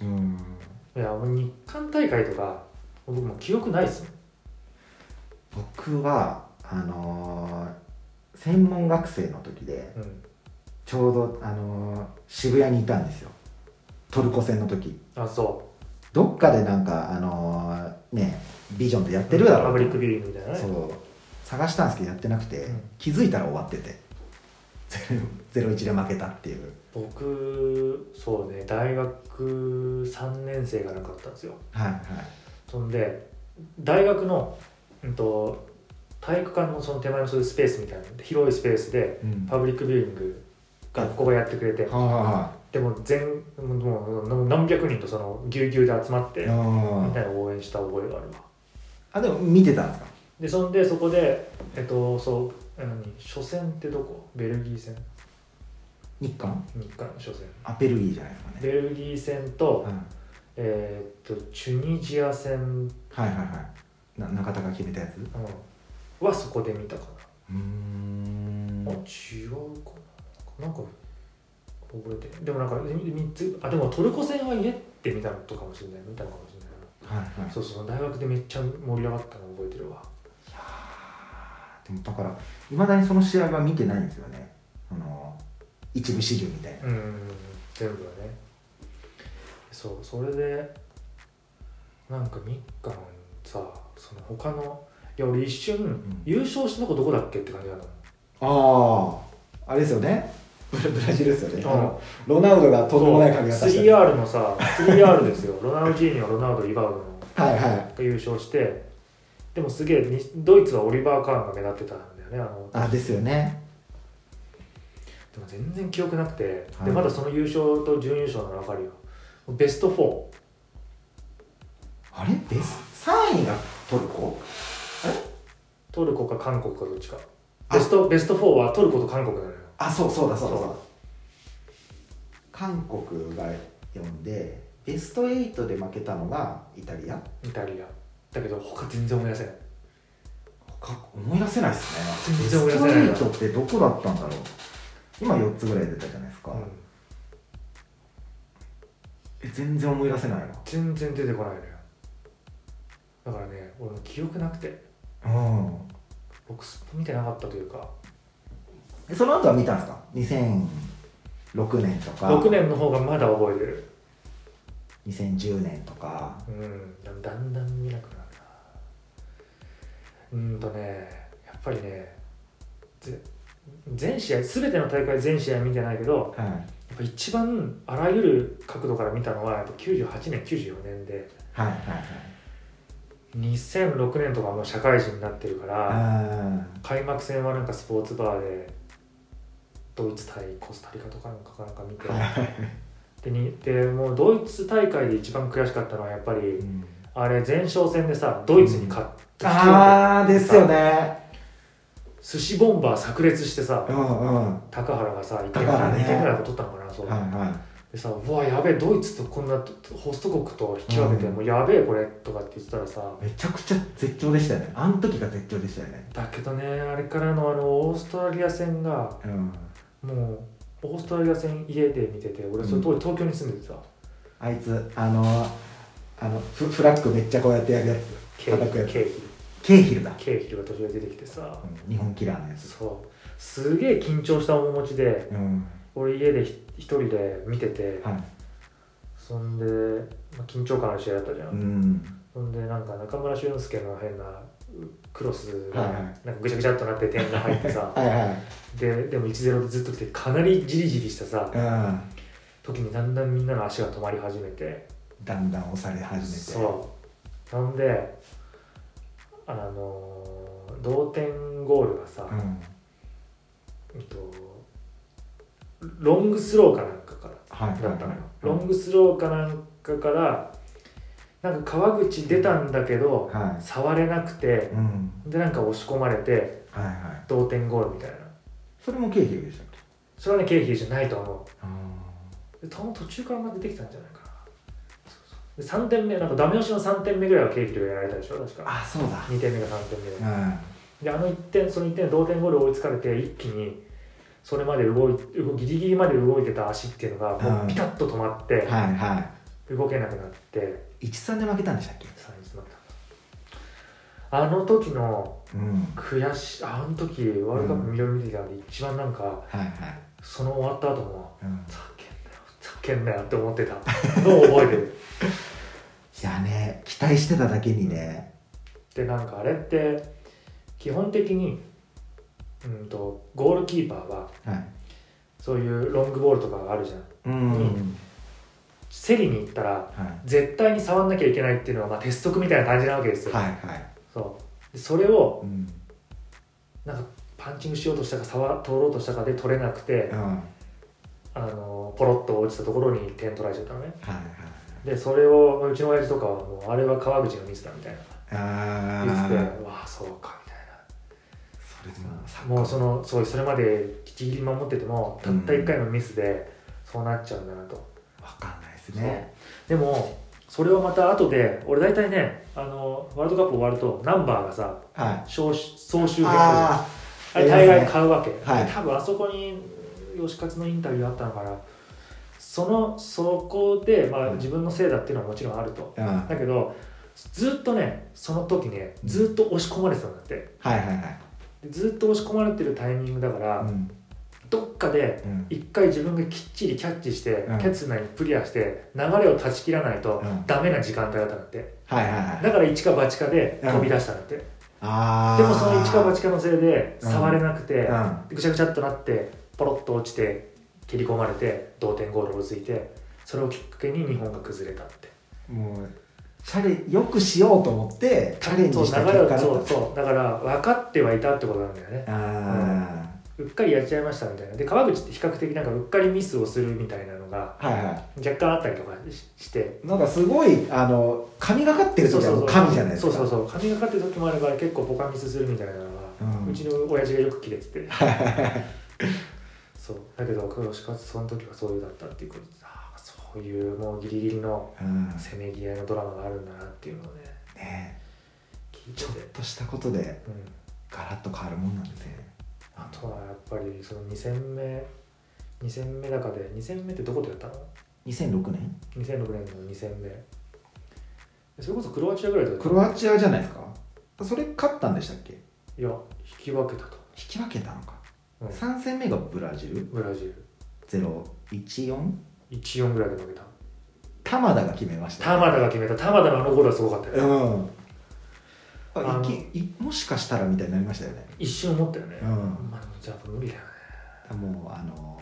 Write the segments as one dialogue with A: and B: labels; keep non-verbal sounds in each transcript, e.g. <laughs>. A: うん
B: いやもう日韓大会とか僕もう記憶ないっすもん
A: 僕はあのー専門学生の時で
B: うん
A: ちょうど、あのー渋谷にいたんですよトルコ戦の時
B: あそ
A: どっかでなんか、あのーねビジョンでやっ
B: う
A: てるだろ
B: パ
A: う
B: ブリックビューイングみたいなね
A: そう探したんですけどやってなくて、
B: うん
A: 気づいたら終わってて <laughs> ゼロゼロ1で負けたっていう
B: 僕そうね大学3年生がなかったんですよ
A: はいはい
B: そんで大学の、うん、と体育館のその手前のそういうスペースみたいな広いスペースで
A: うん
B: パブリックビューイング学校がやってくれて
A: はいは
B: でも全もうもうもう何百人とそのぎゅうぎゅうで集まって
A: いはい
B: みん
A: あ
B: なで応援した覚えがあるわ
A: ーあでも見てたんですか
B: でそんでそこでえっとそうえ何初戦ってどこベルギー戦
A: 日韓
B: 日韓の初戦
A: あベルギーじゃないですかね、
B: ベルギー戦
A: うん、
B: と、
A: はい
B: えーっとチュニジア戦、うん、
A: はいはいな中田が決めたやつう
B: はそこで見たか
A: ーん
B: な、あ違うかななんか覚えてるでもなんか3つあでもトルコ戦は家って見たのとかもしれない見たのかもしれない
A: はいはい
B: なそうそう大学でめっちゃ盛り上がったの覚えてるわ
A: でもだからいまだにその試合は見てないんですよねその一部始終みたいな
B: うん全部はねそうそれでなんか3日間さその他のいや俺一瞬、
A: ん
B: 優勝したのこどこだっけって感じだったの
A: あああれですよねブラブ <laughs> ラジルですよね
B: うん
A: あのロナウドがとんでもない髪型してる
B: 3R のさ 3R ですよロナウジーニョロナウドリバウドの
A: はいはい
B: が優勝してでもすげえにドイツはオリバー・カーンが目立ってたんだよねあの
A: あですよね
B: でも全然記憶なくて、
A: はい
B: でまだその優勝と準優勝なら分かるよベスト4
A: あれベス3位がトルコ
B: トルコか韓国かどっちか
A: あ
B: ベストベスト4はトルコと韓国なのよ
A: あそうそうだそうだ
B: そ
A: そううだ韓国が呼んでベスト8で負けたのがイタリア
B: イタリアだけど他全然思い出せない
A: 他思い出せないですね
B: 全然思い出せないな
A: ベスト8ってどこだったんだろう今4つぐらい出たじゃないですか、
B: うん
A: え全然思い出せないな
B: 全然出てこないのよだからね俺も記憶なくて
A: うん
B: 僕スポ見てなかったというか
A: えその後は見たんですか2006年とか
B: 6年の方がまだ覚えてる
A: 2010年とか
B: うんでもだんだん見なくなるなうーんとねやっぱりねぜ全試合全ての大会全試合見てないけど
A: はい
B: やっぱ一番あらゆる角度から見たのはやっぱ98年94年で
A: はいはい
B: 2006年とかはもう社会人になってるから
A: はい
B: 開幕戦はなんかスポーツバーでドイツ対コスタリカとかなんかかなんか見てでにでもうドイツ大会で一番悔しかったのはやっぱり、
A: うん
B: あれ前哨戦でさドイツに勝って、
A: あーですよね
B: 寿司ボンバー炸裂してさ
A: うんうんは
B: 高原がさ1点
A: 高原ね
B: 2点ぐらい取ったのかなそ、
A: いうは
B: でさ「うわやべえドイツとこんなホスト国と引き分けて、
A: うん
B: もうやべえこれ」とかって言ってたらさ
A: いめちゃくちゃ絶頂でしたよねあの時が絶頂でしたよね
B: だけどねあれからのあのオーストラリア戦が
A: うん
B: もうオーストラリア戦家で見てて俺その当時東京に住んでてさ、
A: あいつあのあのフフラッグめっちゃこうやってやるやつ
B: ケイ
A: 叩くやつ
B: ケイヒル
A: ケイヒルだ、
B: ケイヒルが途中で出てきてさ、
A: うん、日本キラーのやつ
B: そうすげえ緊張した面持ちで
A: うん
B: 俺家でひ一人で見てて、
A: はい
B: そんで、まあ、緊張感ある試合だったじゃん、
A: うん
B: そんでなんか中村俊輔の変なうクロスが
A: はいはい
B: なんかぐちゃぐちゃっとなって点が入っ
A: <laughs>
B: てさ
A: はいはい
B: ででも1-0でずっと来てかなりじりじりしたさ
A: うん
B: 時にだんだんみんなの足が止まり始めて
A: だんだん押され始めて
B: そうなんであのー同点ゴールがさ、
A: ん、
B: えっとロングスローかなんかから
A: はいはい
B: だ
A: は
B: ったのよ、
A: い
B: ロングスローかなんかからなんか川口出たんだけど、
A: は
B: 触れなく
A: い
B: て
A: うん
B: でなんか押し込まれて
A: はいはい
B: 同点ゴールみたいな
A: それも経費でしたっけ
B: それはね経費じゃないと思
A: あ
B: うで多分途中からまで出てきたんじゃないかなそうそうで3点目なんかダメ押しの3点目ぐらいは経費でやられたでしょ確か
A: あそうだ
B: 2点目が3点目で
A: うん
B: であの1点その1点同点ゴール追いつかれて一気にそれまで動い動ギリギリまで動いてた足っていうのがもうピタッと止まって、
A: はいは
B: 動けなくなって
A: 13で負けたんでしたっけ
B: サインズになったあの時の
A: うん
B: 悔しあの時ワールドカップ見ろ見てたので一番なんか
A: はいはい、
B: その終わった後も
A: うん
B: ざけんなよざけんなよって思ってたのを覚えてる
A: いやね期待してただけにね
B: でなんかあれって基本的にうんとゴールキーパーは
A: はい
B: そういうロングボールとかがあるじゃん
A: うん、
B: 競りに行ったら
A: はい
B: 絶対に触んなきゃいけないっていうのはまあ鉄則みたいな感じなわけですよ、
A: はいはい、
B: そうでそれを
A: うん
B: なんかパンチングしようとしたか触通ろうとしたかで取れなくて
A: うん、はい
B: あのポロッと落ちたところに点取られちゃったのね
A: はい
B: でそれをうちの親父とかはもうあれは川口のミスだみたいな
A: あ
B: 言ってて
A: あ
B: わあそうかみたいな
A: それでもサッカー
B: もうそのそうそれまでギリギリ守っててもたった1回のミスでそうなっちゃうんだなと、
A: わかんないですね
B: でもそれをまた後で俺大体ねあのワールドカップ終わるとナンバーがさ
A: はい
B: 総集総集編あ
A: ああ
B: れ大概買うわけ、
A: はい
B: で多分あそこに吉勝のインタビューあったのかなそのそこで、まあ、
A: うん
B: 自分のせいだっていうのはもちろんあると、
A: あうん
B: だけどずっとねその時ねずっと押し込まれてたんだって
A: はいはいはい
B: でずっと押し込まれてるタイミングだから、
A: うん
B: どっかで
A: うん
B: 一回自分がきっちりキャッチして、
A: うん
B: キャッチする前にクリアして流れを断ち切らないと
A: うん
B: ダメな時間帯だったんだって、
A: はいはいはい
B: だから一か八かで
A: うん
B: 飛び出したんだって、
A: ああ
B: でもその一か八かのせいで
A: うん
B: 触れなくて、
A: うん
B: ぐちゃぐちゃっとなってポロッと落ちて蹴り込まれて同点ゴールをついてそれをきっかけに日本が崩れたって
A: もうチャレよくしようと思ってチャレンジした
B: そう
A: 結
B: 流れ
A: 果だ
B: を
A: った
B: そうそうだから分かってはいたってことなんだよね
A: あ
B: うっかりやっちゃいましたみたいなで川口って比較的なんかうっかりミスをするみたいなのが
A: あはいは
B: 若干あったりとかしして
A: いなんかすごいあの神がかってる時はもう神じゃないですか
B: そうそうそう神がかってる時もあれば結構ポカミスするみたいなのは、
A: う
B: うんちの親父がよく切れてて <laughs> そうだけど黒しかその時はそういうだったっていうことでああそういうもうギリギリの
A: うん
B: せめぎ合いのドラマがあるんだなっていうのをね
A: ね
B: 聞いて、
A: ちょってとしたことで
B: うん、
A: ガラッと変わるもんなんですね
B: あとはやっぱりその2戦目2戦目だかで2戦目ってどこでやったの
A: 2006年
B: ?2006 年の2戦目それこそクロアチアぐらいだった
A: クロアチアじゃないですかそれ勝ったんでしたっけ引
B: いや引き分けたと、
A: き分けたのか、
B: うん
A: 3戦目がブラジル
B: ブラジル
A: 014
B: 1-4ぐらいで負けた
A: 玉田が決めました
B: 玉田が決めた玉田のあのゴールはすごかったよ、ね
A: うん
B: あ
A: あ
B: の
A: いきいもしかしたらみたいになりましたよね
B: 一瞬思ったよね、
A: うん
B: まあでもじゃあ無理だよね
A: もうあの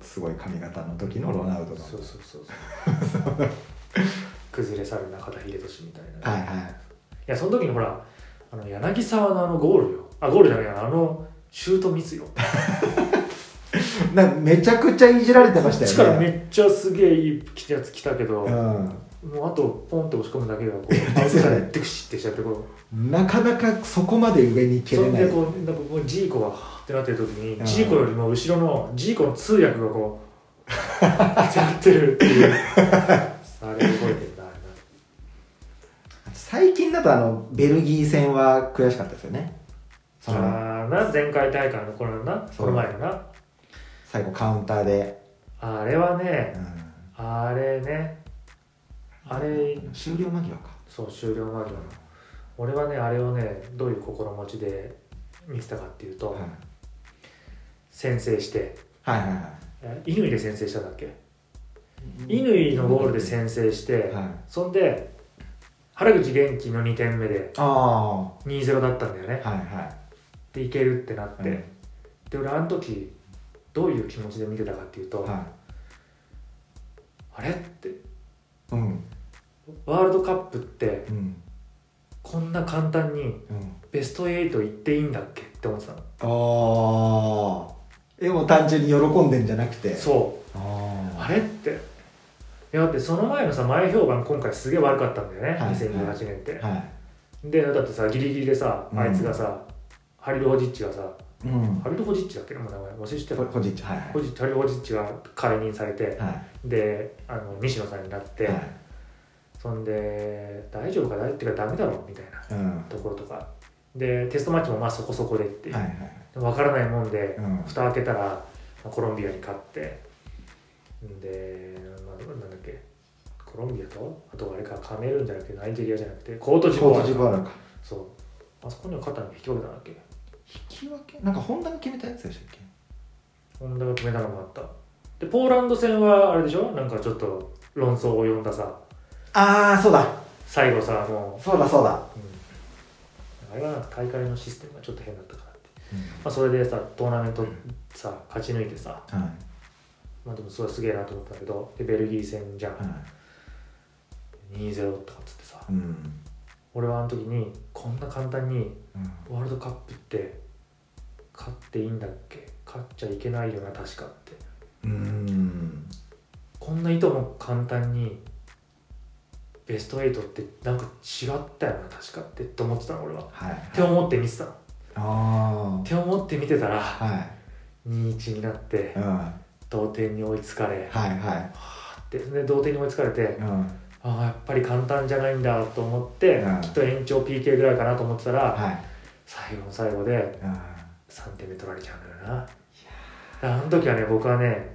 A: ーすごい髪型の時のロナウドの
B: そうそうそうそう
A: <laughs>
B: 崩れ去る中田英寿みたいな、
A: はい
B: い、
A: はい
B: やその時にほらあの柳沢のあのゴールよあゴールじゃないあのシュートミスよ
A: なんかめちゃくちゃいじられてましたよね
B: 力めっちゃすげえいいやつ来たけど、
A: う
B: もうあとポンって押し込むだけ
A: <laughs>
B: ではこう
A: すよね、
B: 疲れてくしってしちゃってこうん
A: なかなかそこまで上に行け
B: そ
A: れ
B: ん
A: ない
B: でこうなんかもうジーコがはーってなってる時に、
A: うん
B: ジーコよりも後ろのジーコの通訳がこうってなってるっていうあれ覚えてるなあれな
A: 最近だとあのベルギー戦は悔しかったですよねその
B: あーな前回大会のこのな
A: そう
B: この前のな
A: 最後カウンターで、
B: あれはね
A: うん
B: あれねあれ
A: 終了間際か
B: そう終了間際の俺はねあれをねどういう心持ちで見てたかっていうと、
A: はい
B: 先制して
A: はいはいは
B: え乾で先制したんだっけ
A: い
B: 乾のゴールで先制して、
A: はい
B: そんで原口元気の2点目で
A: ああは
B: 2-0だったんだよね
A: いは
B: でいけるってなっ
A: い
B: て、で俺あの時どういう気持ちで見てたかっていうと、
A: は
B: あれって
A: いうん
B: ワールドカップって
A: うん
B: こんな簡単に
A: うん
B: ベスト8行っていいんだっけって思ってたの
A: ああでも単純に喜んでんじゃなくて
B: そう
A: あ
B: あ
A: あ
B: れっていやだってその前のさ前評判今回すげえ悪かったんだよね、
A: はい
B: 2018年って、
A: は
B: でだってさギリギリでさあいつがさ、ハリル・ホジッチがさ
A: いうん
B: ハリル・ホジッチだっけもう名前忘れして
A: ほ
B: た
A: ほじっちはいはい
B: ホジッチハリル・ホジッチが解任されて
A: は
B: であの西野さんになって、
A: いは
B: そんで大丈夫か大ってかダメだろみたいない
A: うん
B: ところとかでテストマッチもまあそこそこでっていう、
A: はいはい
B: 分からないもんで、
A: うん
B: 蓋開けたらまあコロンビアに勝ってんで、まあ、なんだっけコロンビアとあとあれかカメルーンじゃなくてナイジェリアじゃなくてコートジボ
A: コー
B: ワー
A: ト
B: ル
A: ジ
B: か
A: ボワールか
B: そうあそこには肩の引き分けたんだっけ
A: 引き分けなんかホンダが決めたやつでしたっけ
B: ホンダが決めたのもあったでポーランド戦はあれでしょなんかちょっと論争を呼んださ
A: ああそうだ
B: 最後さも
A: そうだそうだ、
B: う、うんあれはなんか大会のシステムがちょっと変だったからって、まあ、それでさトーナメントさ勝ち抜いてさ
A: はい
B: まあでもそれはすげえなと思ったけどでベルギー戦じゃん、
A: は
B: 2-0とかっつってさ
A: いうん、
B: 俺はあの時にこんな簡単に
A: うん、
B: ワールドカップって勝っていいんだっけ勝っちゃいけないよな確かって
A: うーん
B: こんないとも簡単にベスト8ってなんか違ったよな確かってと思ってたの俺はっ
A: はい
B: て思って見てたのって
A: あ
B: 手思って見てたら
A: あはい
B: 2-1になって
A: うんは
B: 同点に追いつか
A: い
B: れ
A: は
B: でで同点に追いつかれて
A: いうん
B: ああやっぱり簡単じゃないんだと思って
A: うん
B: きっと延長 PK ぐらいかなと思ってたら
A: はい
B: 最後の最後で
A: うんは
B: 3点目取られちゃうんだよなだからあの時はね僕はね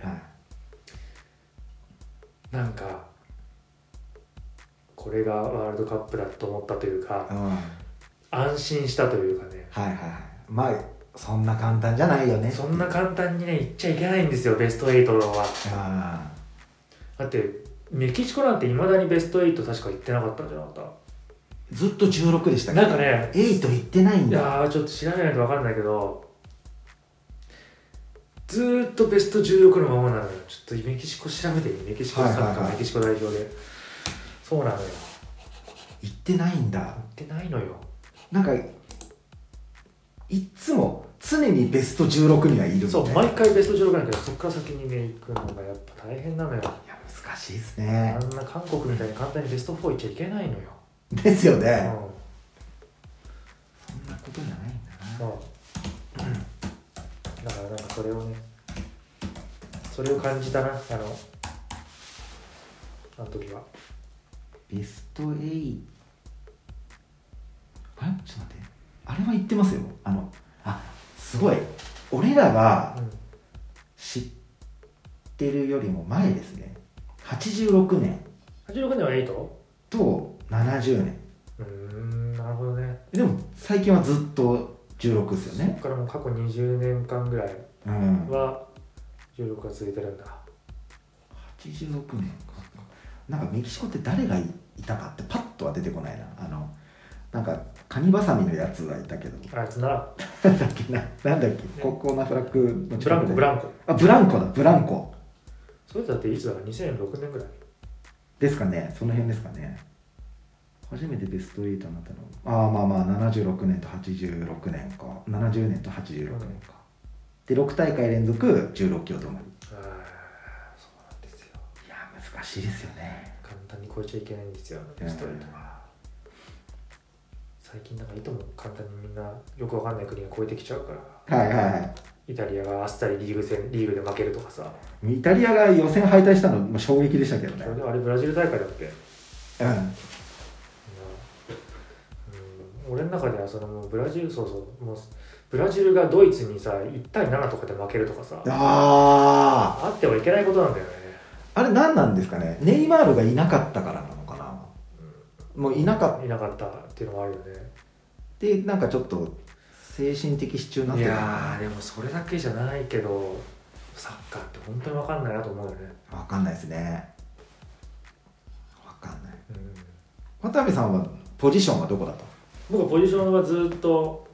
B: なんかこれがワールドカップだと思ったという
A: い
B: か
A: うん
B: 安心したというかね
A: はいはいはいまあそんな簡単じゃないよね
B: そんな簡単にねいっちゃいけないんですよベスト8は
A: あ
B: だってメキシコなんていまだにベスト8確か行ってなかったんじゃなかっ
A: ーずっと16でした
B: た
A: っけ
B: なんかね
A: 8行ってないん
B: い
A: だ
B: やーちょっと調べないと分かんないけどずーっとベスト16のままなのよちょっとメキシコ調べていいメキシコサッカー、
A: はいはいはい
B: メキシコ代表でそうなのよ
A: 行ってないんだ
B: 行ってないのよ
A: なんかいっつも常にベスト16にはいる
B: そう
A: ね
B: 毎回ベスト16なんだけどそっから先にね行くのがやっぱ大変なのよ
A: いや難しいです
B: あ
A: ね
B: んな韓国みたいに簡単にベスト4行っちゃいけないのよ、
A: ですよ
B: うん
A: ねそんなことじゃないんだな
B: そうだからなんかそれをねそれを感じたなあのあの時は
A: ベスト8あれちょっと待ってあれは言ってますよあのあすごい俺らが
B: うん
A: 知ってるよりも前ですね86年
B: 86年は 8?
A: と70年
B: うーんなるほどね
A: でも最近はずっと16ですよ
B: そ
A: ね
B: っからもう過去20年間ぐらい
A: うん
B: は16が続いてるんだ
A: 86年かなんかメキシコって誰がいたかってパッとは出てこないなあのなんかカニバサミのやつはいたけど
B: あいつなら
A: なんだっけななんだっけ高校のフラッグの
B: ブランコブラ
A: ン
B: ンコ
A: コあブランコだブランコ
B: それだっていつだから2006年ぐらい
A: ですかねその辺ですかね初めてベスト8になったのああまあまあ76年と86年か70年と86年か、で6大会連続16強止まり
B: ああそうなんですよ
A: いやー難しいですよね
B: 簡単に超えちゃいけないんですよ
A: うん
B: ストレートは最近なんかいとも簡単にみんなよくわかんない国が超えてきちゃうから
A: はいはいはい
B: イタリアがあっさりリーグ戦リーグで負けるとかさ
A: イタリアが予選敗退したのもう衝撃でしたけどね
B: それ。でもあれブラジル大会だっけ
A: うん。
B: うん、俺の中ではそのもうブラジルそうそうもうブラジルがドイツにさ1対7とかで負けるとかさ
A: ああ、
B: あってはいけないことなんだよね
A: あれ何なんですかね。ネイマールがいなかったからなのかな。もういなかっ
B: いなかったっていうのもあるよね
A: てなんかちょっと精神的支柱になっ
B: い
A: てたのか
B: やーでもそれだけじゃないけどサッカーって本当に分かんないなと思うよね、
A: な。わかんないですね。わかんない。
B: うん、
A: 渡辺さんはポジションはどこだと。
B: 僕はポジションはずっと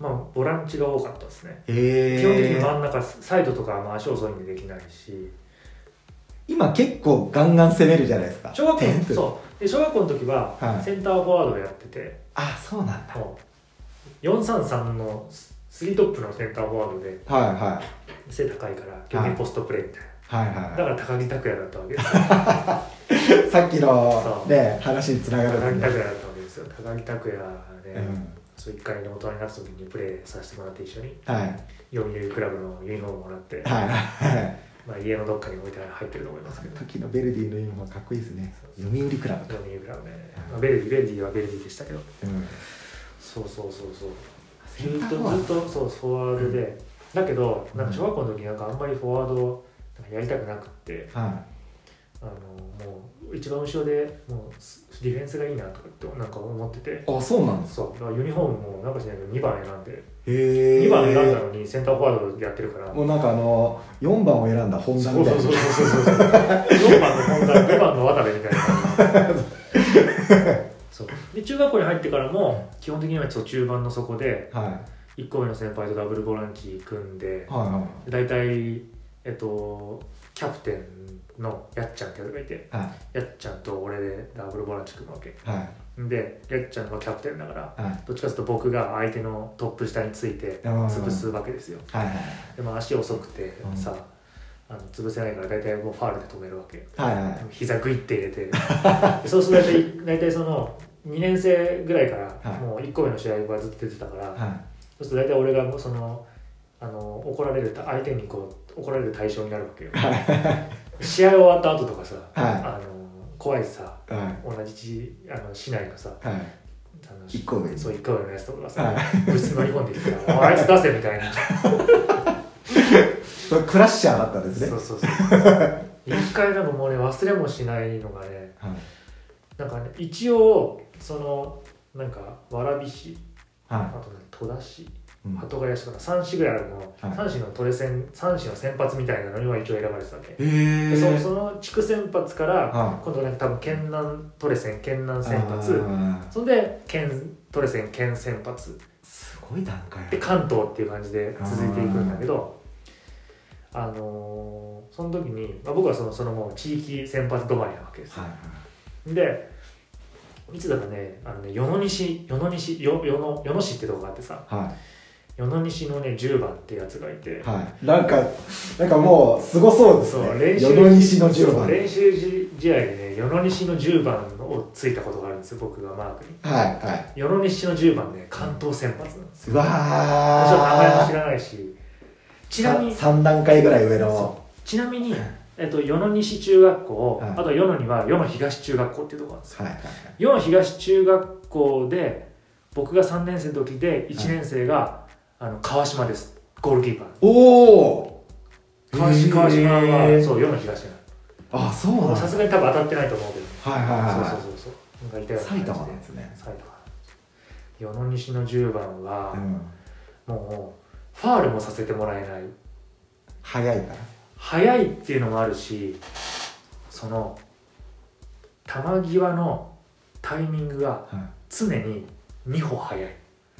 B: まあボランチが多かったですね
A: へ
B: 基本的に真ん中サイドとかはまあ足遅いんでできないし
A: 今結構ガンガン攻めるじゃないですか。
B: 小学校
A: テン
B: の
A: プ
B: そうで小学校の時は
A: はい
B: センターフォワードをやってて、
A: あ、そうなんだ。
B: もう433のススリートップのセンターフォワードで
A: はいは
B: 背高いから逆にポストプレーみたいな、
A: い。はいはい
B: だ
A: は
B: から高木拓也だったわけですよ
A: い。さっきの
B: そう
A: ね話につなが
B: 高
A: る
B: 木
A: んで
B: 拓
A: すね。
B: 也だったわけですよ高木拓也
A: う
B: ね、
A: ん。
B: そう一回の大人になった時にプレーさせてもらって一緒に
A: はい。
B: 読売クラブのユニフォームもらって、
A: はいはい。
B: まあ、家のどっかに置いて入ってると思いますけど
A: 時のベルディのユニフォームかっこいいですね。
B: そう
A: 読売クラブ
B: <laughs> 読売クラブね、まあ、ベルディベルディはベルディでしたけど
A: うん。
B: そうそうそうそう
A: セ
B: ず
A: ンタ
B: っ
A: ーフォ
B: と
A: ワ
B: ず
A: ー
B: っとそうフォワードで、だけどなんか小学校の時なんかあんまりフォワードをなんかやりたくなくって
A: ドは
B: あのもう一番後ろでもうディフェンスがいいなとかってなんか思ってて
A: あそうなんです
B: そうだからユニフォームもなんかしないけど2番選んで、
A: へえ
B: 2番選んだのにセンターフォワードやってるから
A: もうなんかあの4番を選んだ本田
B: そう
A: みた
B: そ
A: いうな
B: そうそうそうそう4番の本田5番の渡部みたいなそうで中学校に入ってからも基本的にはそう中盤の底で
A: はい
B: 1個上の先輩とダブルボランチ組んで
A: はいはい
B: 大体えっとキャプテンのやっちゃんってやつがいて
A: はい
B: やっちゃんと俺でダブルボランチ組むわけ
A: はい
B: でやっちゃんがキャプテンだから
A: はい
B: どっちかというと僕が相手のトップ下について
A: うん
B: 潰すわけですよ
A: はい
B: でも足遅くて
A: うん
B: さ、あの潰せないから大体もうファールで止めるわけ
A: はいはいはい
B: 膝グイって入
A: <laughs>
B: れてでそうすると大体大体その2年生ぐらいか
A: は
B: ら
A: い
B: もう1個目の試合はずっと出てたから、
A: は
B: そうすると大体俺がもうそのあの怒られる相手にこう怒られる対象になるわけよ試合終わった後とかさ、
A: いはい
B: あの怖いさ
A: は
B: 同じちあの市内のさ
A: いはい
B: あの
A: 一個上に
B: そう一個上のやつとかがさ、
A: は
B: ぶつ乗り込んできてさ「おいあいつ出せ」みたいな
A: それクラッシャーだったんです
B: そ
A: ね
B: うそうそう一回なんかもうね忘れもしないのがね
A: はい
B: なんかね一応そのなんか蕨市あ
A: は
B: とね戸田市
A: いうん
B: 鳩ヶ谷市とか3市ぐらいあるの、
A: はい
B: 3市のトレセン3市の先発みたいなのには一応選ばれてたね、
A: へ
B: で
A: え
B: そのその地区先発から、
A: はい
B: 今度なんか多分県南トレセン県南先発
A: あー
B: そんで県トレセン県先発
A: すごい段階
B: で関東っていう感じで続いていくんだけどあのーその時に、まあ、僕はそのそのもう地域先発止まりなわけですよ、
A: はい
B: でいつだかねあのね与野西与野西よ与野与野市ってとこがあってさ
A: はい
B: 与野西のね10番ってやつがいて、
A: はい、なんか、なんかもう、すごそうです
B: そう
A: ね。
B: 練習
A: 与野西の10
B: そう
A: 番。はい、
B: 練習試合でね与野西の10番をついたことがあるんですよ僕がマークに
A: は
B: 与野西の10番ね関東先発なんです
A: い。
B: よ
A: うわ
B: 私は名前も知
A: ー。
B: らないしちなみに
A: 3段階ぐらい上の
B: そ。うちなみに、えっと、与野西中学校、
A: はい
B: あと与野には与野東中学校っていうところなんですよ
A: はい、はい、
B: 与野東中学校で僕が3年生の時で1年生が、あの川島ですゴールキーパー
A: おー
B: 川島川島は、
A: えー
B: そう与野東な
A: あ、そうなん
B: の
A: だ。
B: さすがに多分当たってないと思うけど、
A: はい、はい、
B: そう
A: は
B: そうそうそうなんかいた
A: い。
B: ような
A: 埼
B: 感じで
A: 玉なんですね。
B: 埼玉与野西の10番は
A: う、ん。
B: もうファールもさせてもらえない
A: 早いから。
B: 速いっていうのもあるしその球際のタイミングが
A: は
B: 常に2歩速い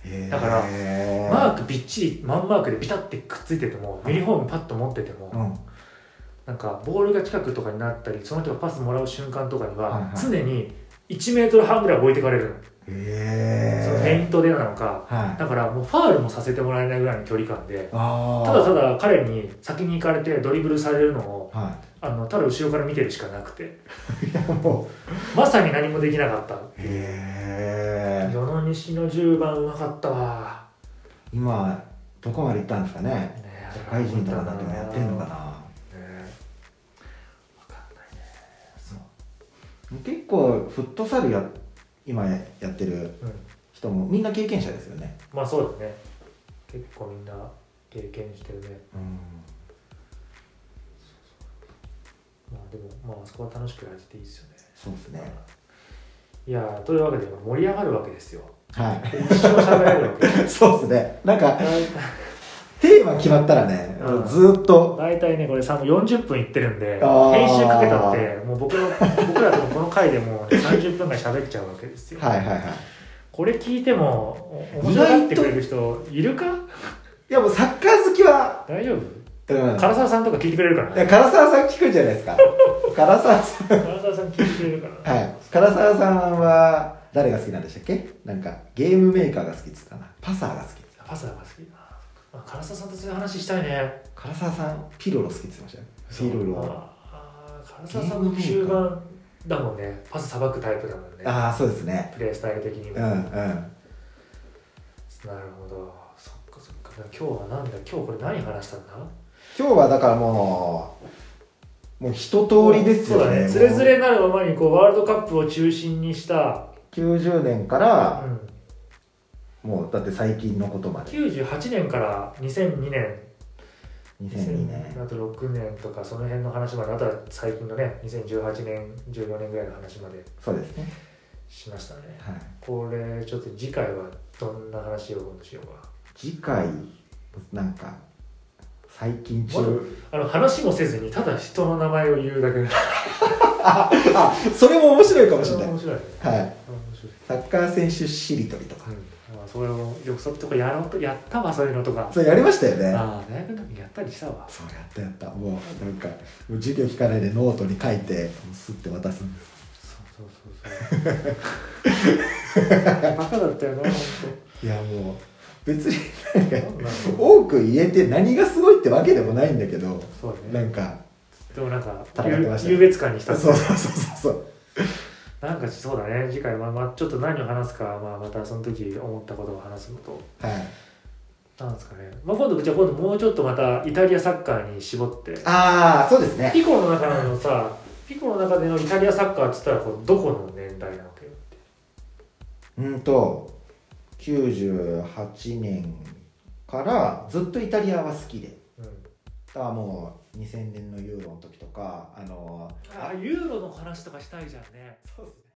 A: い。
B: だから
A: え
B: マークびっちりマンマークでビタってくっついててもユニフォームパッと持ってても、
A: うん。は
B: なんかボールが近くとかになったりその人がパスもらう瞬間とかに
A: はい
B: は
A: はい
B: 常に1メートル半ぐらい置いてかれるの、そのフェ
A: え
B: イントでなのか
A: ー。はい。
B: だからもうファールもさせてもらえないぐらいの距離感で
A: あー。
B: ただただ彼に先に行かれてドリブルされるのを
A: は
B: あのただ後ろから見てるしかなくて
A: い。いや、も
B: まさに何もできなかった。
A: う。へえ。
B: 世の西の10番うまかったわ。
A: 今、どこまで行ったんですかね。社会人とかなんてもやってんのかな
B: ねわかんないね。
A: 結構フットサルや今やってる
B: うん。
A: 人もみんな経験者ですよね
B: まあそうだね。結構みんな経験してるね。
A: うん
B: まあでも、まああそこは楽しくやってていいですよね。
A: そうですね
B: いやーというわけで今盛り上がるわけですよ。
A: は
B: で一生喋れるわけ。 <laughs>
A: い <laughs> そうですねなんか
B: 大
A: テーマ決まったらね、
B: うん
A: ずーっと
B: 大体ねこれさもう40分いってるんで
A: あー
B: 編集かけたってもう僕の僕らともこの回でもうね30分ぐらい喋っちゃうわけですよ。
A: はいはいはい
B: これ聞いてもお面白がってくれる人いるか
A: いやもうサッカー好きは
B: 大丈夫
A: うん
B: 唐
A: い
B: 沢さんとか聞いてくれるかな
A: や唐沢さん聞くんじゃないですか <laughs> 唐沢さん
B: 唐沢さん聞いてくれるかな
A: はい唐沢さんは誰が好きなんでしたっけなんかゲームメーカーが好きっつったなパサーが好きっつった
B: パスが好きだなあ唐沢さんとそういう話したいね
A: 唐沢さんピロロ好きっつってましたよピロロ
B: あー唐沢さんも中盤だもんねパスさばくタイプだもんね
A: ああそうですね
B: プレースタイル的にも、
A: うんう
B: なる
A: ん
B: ほどそっかそっか今日はなんだ今日これ何話したんだ
A: 今日はだからもうもう一通りですよ
B: そうだ
A: ね
B: ねつれづれなるままにこうワールドカップを中心にした、
A: もう90年か
B: う
A: ら、
B: ん、
A: もうだって最近のことまで
B: 98年から2002年
A: 2002年
B: あと6年とかその辺の話まであとは最近のね2018年14年ぐらいの話まで
A: そうですね
B: しましたね
A: はい
B: これちょっと次回はどんな話を今度しようか
A: 次回なんか最近中、
B: あの話もせずにただ人の名前を言うだけだ
A: あそれも面白いかもしれない
B: 面白いね
A: はい
B: 面白い
A: サッカー選手しりとりとか
B: うん、あそれをよくそとかやろうとやったわそういうのとか
A: それやりましたよね
B: ああ大学の時やったりしたわ
A: そうやったやったもうなんかもう授業聞かないでノートに書いてすって渡すんです
B: そうそうそうそうバカだったよな本
A: いやもう別になんか
B: 当なんだろう
A: 多く言えて何がすごいってわけでもないんだけど
B: そう
A: な
B: だね
A: んか
B: でもなんか
A: 戦ってましたね
B: 優優越感にした
A: そうそうそうそうそう
B: なんかそうだね次回まあまあちょっと何を話すか、まあ、またその時思ったことを話すのと
A: はい
B: なんですかね、まあ、今度じゃあ今度もうちょっとまたイタリアサッカーに絞って
A: ああそうですね
B: ピコの中のさピコの中でのイタリアサッカーっつったらこうどこの年代なわけよ
A: うんと98年からずっとイタリアは好きで
B: うん
A: だからもう2000年のユーロの時とかあの
B: あユーロの話とかしたいじゃんね
A: そうですね